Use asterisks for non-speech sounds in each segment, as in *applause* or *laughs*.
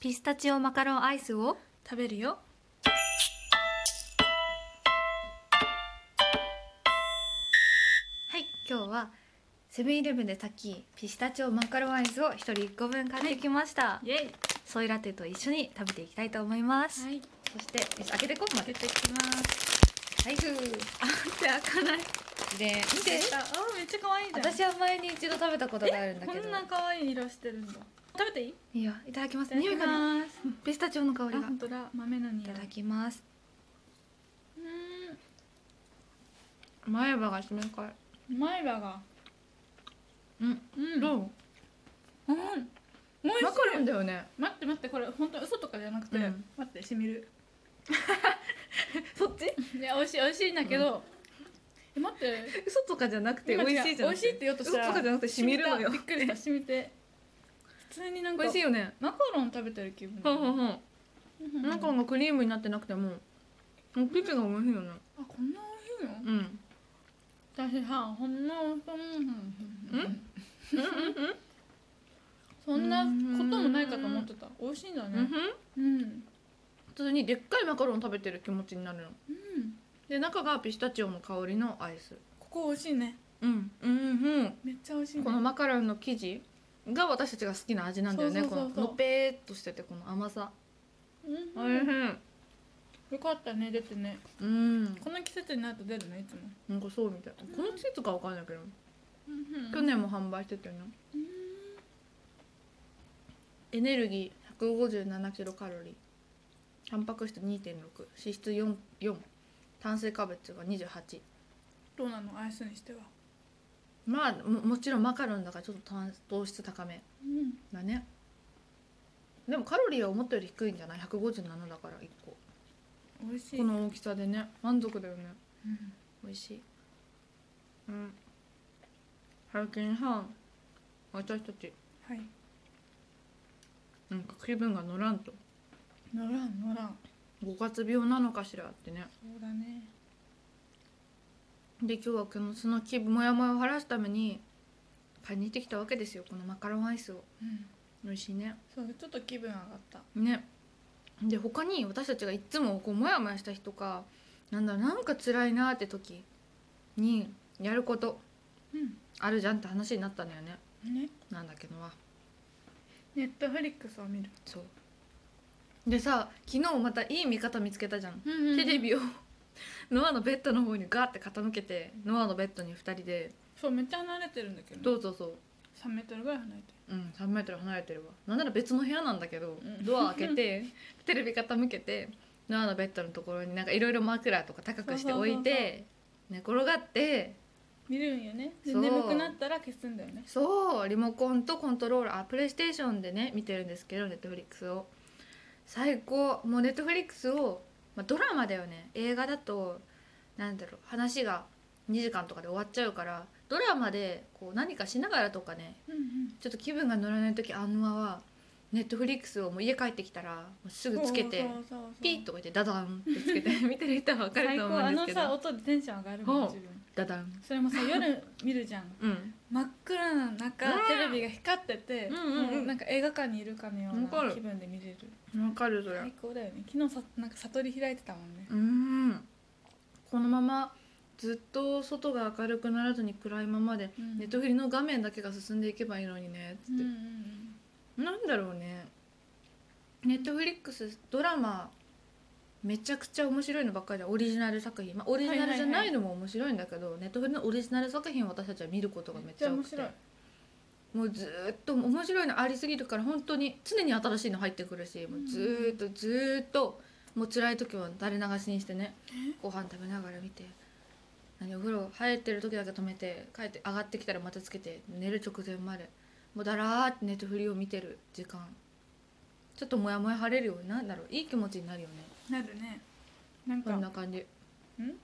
ピスタチオマカロンアイスを食べるよはい今日はセブンイレブンで炊きピスタチオマカロンアイスを1人1個分買ってきました、イエイソイラテと一緒に食べていきたいと思います、はいそしてよし開けてこうま開けでてきますはいふーで開かないで見てあーめっちゃ可愛いじゃん私は前に一度食べたことがあるんだけこどんな可愛い色してるんだ食べていいいやいただきますいただ匂きいがねますピスタチオの香りあが本当だ豆のい匂いただきますうー前歯が冷たいん前歯がうんうんどううん美味しいマカロンだよね待って待ってこれ本当に嘘とかじゃなくて、うん待ってしみるそっちいや美味しい美味しいんだけど、え待って嘘とかじゃなくて今美違う味しいじゃん美味しいって言おうとしたら嘘とかじゃなくて染みるのよ染みたびっくりした染みて普通になんか美味しいよねマカロン食べてる気分ほんほんほんうんマカロンがクリームになってなくてももう生地が美味しいよねあこんな美味しいのうん私さほんま美味しいんそんなこともないかと思ってた美味しいんだうんうんねうん普通にでっかいマカロン食べてる気持ちになるのうんで中がピスタチオの香りのアイスここ美味しいねうんうんうんめっちゃ美味しいねこのマカロンの生地が私たちが好きな味なんだよねそうこそうそのうそうのぺーっとしててこの甘さうん美味しよかったね出てねいうんこの季節になると出るねいつもなんかそうみたいこの季節かわかんないけど去去年も販売してたよねうんエネルギー157キロカロリータンパク質2.6脂質44炭水化物が28どうなのアイスにしてはまあももちろんマカロンだからちょっと炭糖質高めうんだねでもカロリーは思ったより低いんじゃない157だから1個美味しいこの大きさでね満足だよねうん美味しいうん最近さ私たちはいなんか気分が乗らんと乗らん乗らん五月病なのかしらってねそうだねで今日はこのその気分モヤモヤを晴らすために買いに行ってきたわけですよこのマカロンアイスをうん美味しいねそうちょっと気分上がったねで他に私たちがいっつもこうモヤモヤした日とかなんだろうなんか辛いなって時にやることうんあるじゃんって話になったんだよねねなんだっけのはネットフリックスを見るそうでさ昨日またいい見方見つけたじゃん、テレビを *laughs* ノアのベッドの方にガーって傾けてノアのベッドに2人でそうめっちゃ離れてるんだけどどねうぞそう3メートルぐらい離れてうん、3メートル離れてるわなんなら別の部屋なんだけど、うんドア開け *laughs* てテレビ傾けてノアのベッドのところになんかいろいろ枕とか高くして置いて寝転がってる見るんよねでそう眠くなったら消すんだよねそうリモコンとコントローラーあプレイステーションでね見てるんですけどネットフリックスを最高もうネットフリックスを、まあ、ドラマだよね映画だとなんだろう話が2時間とかで終わっちゃうからドラマでこう何かしながらとかねうんうんちょっと気分が乗らない時あのあはネットフリックスをもう家帰ってきたらもうすぐつけてそうそうそうピッと置いてダダンって *laughs* つけて見てる人は分かる最と高思うあんですのけさど音でテンション上がるもんほう自分ダダンそれも *laughs* さ夜見るじゃんうん真っ暗な中うんテレビが光っててうんうんうんもうなんか映画館にいるかのようわかなる気分で見れる分かるそれ最高だよね昨日さなんか悟り開いてたもんねうんこのままずっと外が明るくならずに暗いままで、うんネットフリの画面だけが進んでいけばいいのにねつうんってう、んなんだろうねネットフリックスドラマめちゃくちゃ面白いのばっかりじゃんオリジナル作品、まあ、オリジナルじゃないのも面白いんだけど、ネットフリのオリジナル作品を私たちは見ることうがんめめっっちちゃゃ多面くて白いもうずーっと面白いのありすぎるから本当に常に新しいの入ってくるしもうずーっとずーっともう辛い時は垂れ流しにしてねご飯食べながら見て何お風呂入ってる時だけ止めて帰って上がってきたらまたつけて寝る直前までもうだらーってネットフリを見てる時間ちょっとモヤモヤ晴れるようになんだろういい気持ちになるよねなるねなんこかんな感じうん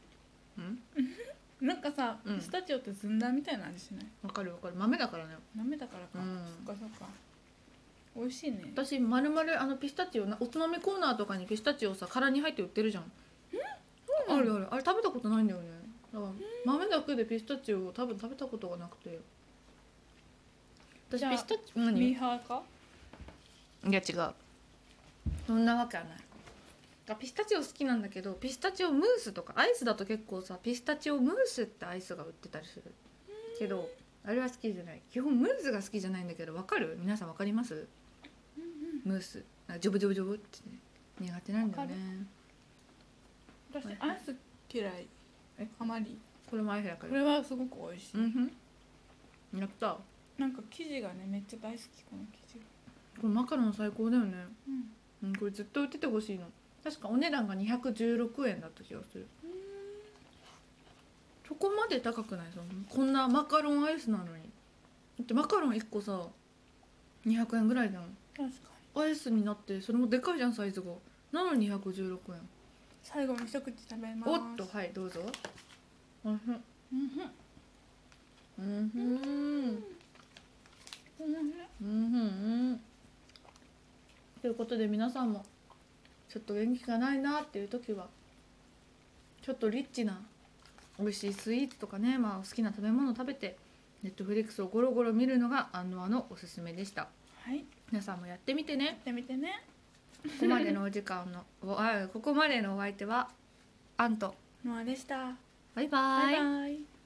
なんかさ、うんピスタチオってずんだみたいな味しないわかるわかる豆だからね豆だからうか、んそっかそっか美味しいね私まるまるあのピスタチオなおつまみコーナーとかにピスタチオさ殻に入って売ってるじゃんなあのるあるあれ食べたことないんだよねだから豆だけでピスタチオを多分食べたことがなくて私じゃあピスタチオミー何いハーかや違うそんなわけはないあピスタチオ好きなんだけどピスタチオムースとかアイスだと結構さピスタチオムースってアイスが売ってたりするけどあれは好きじゃない基本ムースが好きじゃないんだけどわかる皆さんわかりますムースなんかジョブジョブジョブってね苦手なんだよねわ私アイス嫌いえあまりこれもアイスだかこられはすごく美味しい、うんふんやったこなんか生地がねめっちゃ大好きこの生地が、れマカロン最高だよねうん、うん、これずっと売っててほしいの確かお値段が216円だった気がするそこまで高くないそのこんなマカロンアイスなのにだってマカロン1個さ200円ぐらいじゃん確かにアイスになってそれもでかいじゃんサイズがなのに216円最後に一口食べますおっとはいどうぞおいしいうんうふんんふんうんふんうんふんということで皆さんもちょっと元気がないなっていう時はちょっとリッチな美味しいスイーツとかね、まあ、好きな食べ物を食べてネットフリックスをゴロゴロ見るのがあのあのおすすめでしたはいや皆さんもやってみてねってみてね *laughs* ここまでのお時間のおあここまでのお相手はアンとノアでしたバイバイバイバイ